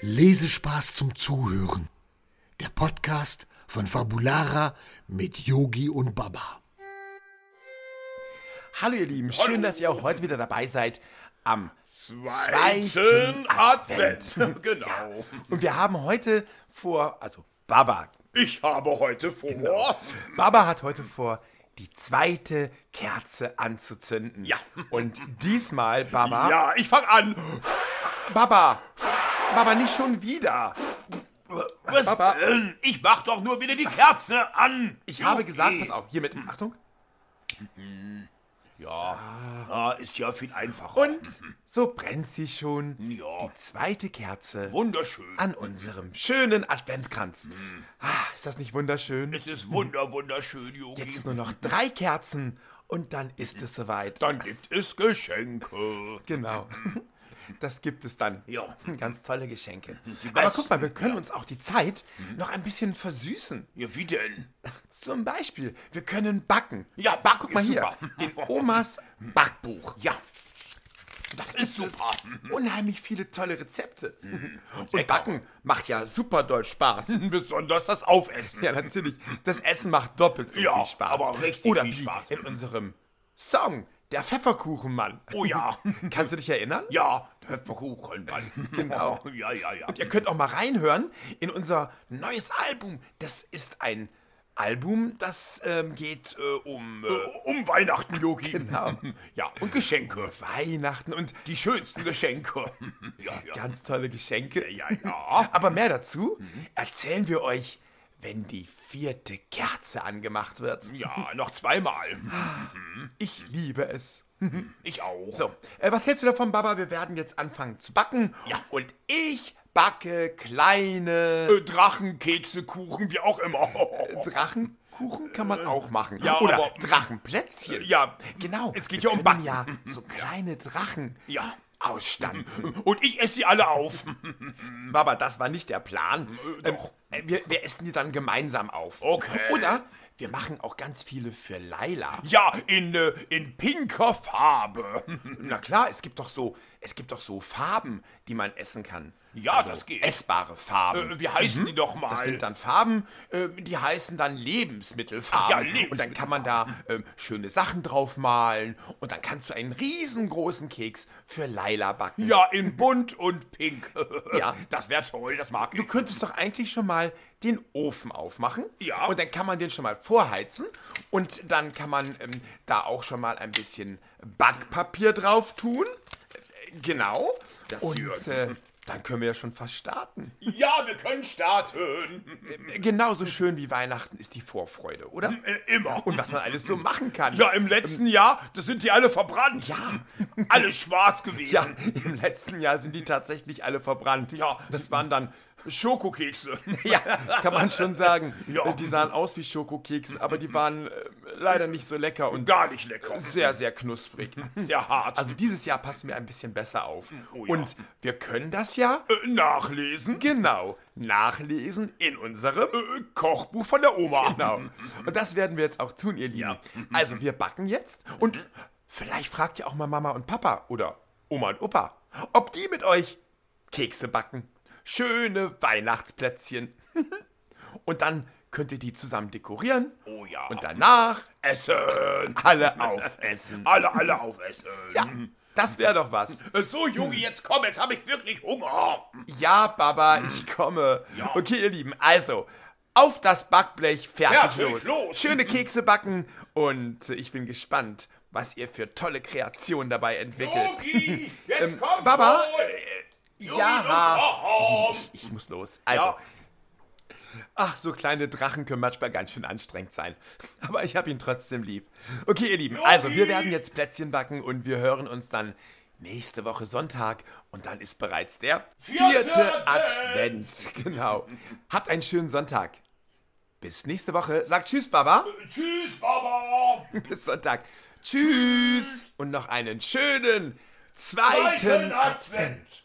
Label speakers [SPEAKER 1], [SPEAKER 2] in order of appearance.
[SPEAKER 1] Lesespaß zum Zuhören. Der Podcast von Fabulara mit Yogi und Baba.
[SPEAKER 2] Hallo ihr Lieben, schön, dass ihr auch heute wieder dabei seid am
[SPEAKER 3] Zweiten Advent. genau.
[SPEAKER 2] Und wir haben heute vor, also Baba,
[SPEAKER 3] Ich habe heute vor.
[SPEAKER 2] Genau. Baba hat heute vor, die zweite Kerze anzuzünden.
[SPEAKER 3] Ja.
[SPEAKER 2] Und diesmal, Baba,
[SPEAKER 3] Ja, ich fange an.
[SPEAKER 2] Baba, Baba, nicht schon wieder.
[SPEAKER 3] Was
[SPEAKER 2] Papa.
[SPEAKER 3] denn? Ich mach doch nur wieder die Kerze an.
[SPEAKER 2] Ich habe gesagt,
[SPEAKER 3] was
[SPEAKER 2] pass auf, hiermit,
[SPEAKER 3] Hm.
[SPEAKER 2] Achtung.
[SPEAKER 3] Ja, Ah, ist ja viel einfacher.
[SPEAKER 2] Und so brennt sie schon,
[SPEAKER 3] Ja.
[SPEAKER 2] die zweite Kerze
[SPEAKER 3] Wunderschön.
[SPEAKER 2] an unserem schönen Adventkranz.
[SPEAKER 3] Hm.
[SPEAKER 2] Ah, ist das nicht wunderschön?
[SPEAKER 3] Es ist wunder, wunderschön, Yogi.
[SPEAKER 2] Jetzt nur noch drei Kerzen und dann ist es soweit.
[SPEAKER 3] Dann gibt es Geschenke.
[SPEAKER 2] Genau. Das gibt es dann.
[SPEAKER 3] Ja.
[SPEAKER 2] Ganz tolle Geschenke. Aber
[SPEAKER 3] besten,
[SPEAKER 2] guck mal, wir können uns auch die Zeit noch ein bisschen versüßen.
[SPEAKER 3] Ja, wie denn?
[SPEAKER 2] Zum Beispiel, wir können backen.
[SPEAKER 3] Ja, Back
[SPEAKER 2] Guck mal
[SPEAKER 3] ist
[SPEAKER 2] hier, in
[SPEAKER 3] super.
[SPEAKER 2] Omas Backbuch.
[SPEAKER 3] Ja, das ist super. Mhm.
[SPEAKER 2] Unheimlich viele tolle Rezepte. Und backen macht ja super doll Spaß.
[SPEAKER 3] Besonders das Aufessen.
[SPEAKER 2] Ja, natürlich. Das Essen macht doppelt so
[SPEAKER 3] Ja,
[SPEAKER 2] viel Spaß.
[SPEAKER 3] aber richtig
[SPEAKER 2] Oder
[SPEAKER 3] viel
[SPEAKER 2] wie
[SPEAKER 3] Spaß.
[SPEAKER 2] in unserem Song, der Pfefferkuchenmann.
[SPEAKER 3] Oh ja.
[SPEAKER 2] Kannst du dich erinnern?
[SPEAKER 3] Ja, Pfefferkuchen, Mann.
[SPEAKER 2] Genau.
[SPEAKER 3] Ja, ja, ja.
[SPEAKER 2] Ihr könnt auch mal reinhören in unser neues Album. Das ist ein Album, das ähm, geht äh, um äh,
[SPEAKER 3] Um Weihnachten, Yogi.
[SPEAKER 2] Genau.
[SPEAKER 3] Ja, und Geschenke.
[SPEAKER 2] Weihnachten und
[SPEAKER 3] Die schönsten Geschenke. Ja, ja.
[SPEAKER 2] ganz tolle Geschenke.
[SPEAKER 3] Ja, ja. Mhm.
[SPEAKER 2] Aber mehr dazu erzählen wir euch, wenn die vierte Kerze angemacht wird.
[SPEAKER 3] Ja, noch zweimal.
[SPEAKER 2] Ich liebe es.
[SPEAKER 3] Ich auch.
[SPEAKER 2] So, äh, was hältst du davon, Baba? Wir werden jetzt anfangen zu backen.
[SPEAKER 3] Ja.
[SPEAKER 2] Und ich backe kleine
[SPEAKER 3] Äh, Drachen, Kekse, Kuchen, wie auch immer.
[SPEAKER 2] Drachenkuchen kann man auch machen.
[SPEAKER 3] ja,
[SPEAKER 2] Oder
[SPEAKER 3] aber-
[SPEAKER 2] Drachenplätzchen.
[SPEAKER 3] Ja,
[SPEAKER 2] Genau.
[SPEAKER 3] Es geht
[SPEAKER 2] wir
[SPEAKER 3] ja um
[SPEAKER 2] können
[SPEAKER 3] Backen.
[SPEAKER 2] ja so kleine Drachen
[SPEAKER 3] Ja.
[SPEAKER 2] ausstanzen.
[SPEAKER 3] Und ich esse sie alle auf.
[SPEAKER 2] Baba, das war nicht der Plan.
[SPEAKER 3] Äh,
[SPEAKER 2] Ähm, äh, wir, wir essen die dann gemeinsam auf.
[SPEAKER 3] Okay.
[SPEAKER 2] Oder wir machen auch ganz viele für Laila.
[SPEAKER 3] Ja, in, äh, in pinker Farbe.
[SPEAKER 2] Na klar, es gibt doch so, es gibt doch so Farben, die man essen kann. Also
[SPEAKER 3] Ja, das geht.
[SPEAKER 2] Essbare Farben.
[SPEAKER 3] Äh, wie heißen die doch mal?
[SPEAKER 2] Mhm. Das sind dann Farben, äh, die heißen dann Lebensmittelfarben.
[SPEAKER 3] Ach ja, Lebensmittel-
[SPEAKER 2] Und dann kann man da ähm, schöne Sachen drauf malen und dann kannst du einen riesengroßen Keks für Laila backen.
[SPEAKER 3] Ja, in bunt und pink.
[SPEAKER 2] Ja.
[SPEAKER 3] Das wäre toll, das mag ich.
[SPEAKER 2] Du könntest doch eigentlich schon mal den Ofen aufmachen.
[SPEAKER 3] Ja.
[SPEAKER 2] Und dann kann man den schon mal vorheizen. Und dann kann man ähm, da auch schon mal ein bisschen Backpapier drauf tun. Äh, Genau.
[SPEAKER 3] Das
[SPEAKER 2] und
[SPEAKER 3] wird-
[SPEAKER 2] äh, dann können wir ja schon fast starten.
[SPEAKER 3] Ja, wir können starten.
[SPEAKER 2] Äh, Genauso schön wie Weihnachten ist die Vorfreude, oder?
[SPEAKER 3] Äh, immer.
[SPEAKER 2] Und was Ähm, man alles so machen kann.
[SPEAKER 3] Ja, im letzten Jahr, das sind die alle verbrannt. Ja. Alle schwarz gewesen.
[SPEAKER 2] Ja, im letzten Jahr sind die tatsächlich alle verbrannt. Ja, das waren dann
[SPEAKER 3] Schokokekse.
[SPEAKER 2] Ja, kann man schon sagen.
[SPEAKER 3] Ja.
[SPEAKER 2] Die sahen aus wie Schokokekse, aber die waren äh, leider nicht so lecker und
[SPEAKER 3] Gar nicht lecker.
[SPEAKER 2] sehr, sehr knusprig.
[SPEAKER 3] Sehr hart.
[SPEAKER 2] Also dieses Jahr passen wir ein bisschen besser auf.
[SPEAKER 3] Oh ja.
[SPEAKER 2] Und wir können das ja
[SPEAKER 3] Äh, nachlesen.
[SPEAKER 2] genau nachlesen in unserem
[SPEAKER 3] Äh, Kochbuch von der Oma.
[SPEAKER 2] Genau. Und das werden wir jetzt auch tun, ihr Lieben. Also wir backen jetzt und vielleicht fragt ihr auch mal Mama und Papa oder Oma und Opa, ob die mit euch Kekse backen. Schöne Weihnachtsplätzchen. Und dann könnt ihr die zusammen dekorieren.
[SPEAKER 3] Oh ja.
[SPEAKER 2] Und danach
[SPEAKER 3] Essen.
[SPEAKER 2] alle aufessen.
[SPEAKER 3] Alle, alle aufessen.
[SPEAKER 2] Ja, das wäre doch was.
[SPEAKER 3] Äh, So, Yogi, jetzt komm, jetzt habe ich wirklich Hunger.
[SPEAKER 2] Ja, Baba, ich komme.
[SPEAKER 3] Hm. Ja.
[SPEAKER 2] Okay, ihr Lieben, also auf das Backblech, fertig
[SPEAKER 3] Fertig,
[SPEAKER 2] los.
[SPEAKER 3] los.
[SPEAKER 2] Schöne Kekse backen und äh, ich bin gespannt, was ihr für tolle Kreationen dabei entwickelt.
[SPEAKER 3] Yogi, jetzt
[SPEAKER 2] Ähm,
[SPEAKER 3] komm
[SPEAKER 2] Baba?
[SPEAKER 3] schon. Yogi,
[SPEAKER 2] Ja,
[SPEAKER 3] komm.
[SPEAKER 2] ich, ich muss los. Also,
[SPEAKER 3] Ja.
[SPEAKER 2] ach, so kleine Drachen können manchmal ganz schön anstrengend sein. Aber ich habe ihn trotzdem lieb. Okay, ihr Lieben, also wir werden jetzt Plätzchen backen und wir hören uns dann nächste Woche Sonntag und dann ist bereits der vierte
[SPEAKER 3] Vierte
[SPEAKER 2] Advent. Genau. Habt einen schönen Sonntag. Bis nächste Woche. Sagt Tschüss, Baba.
[SPEAKER 3] Tschüss, Baba.
[SPEAKER 2] Bis Sonntag. Tschüss. Und noch einen schönen zweiten
[SPEAKER 3] Zweiten
[SPEAKER 2] Advent.
[SPEAKER 3] Advent.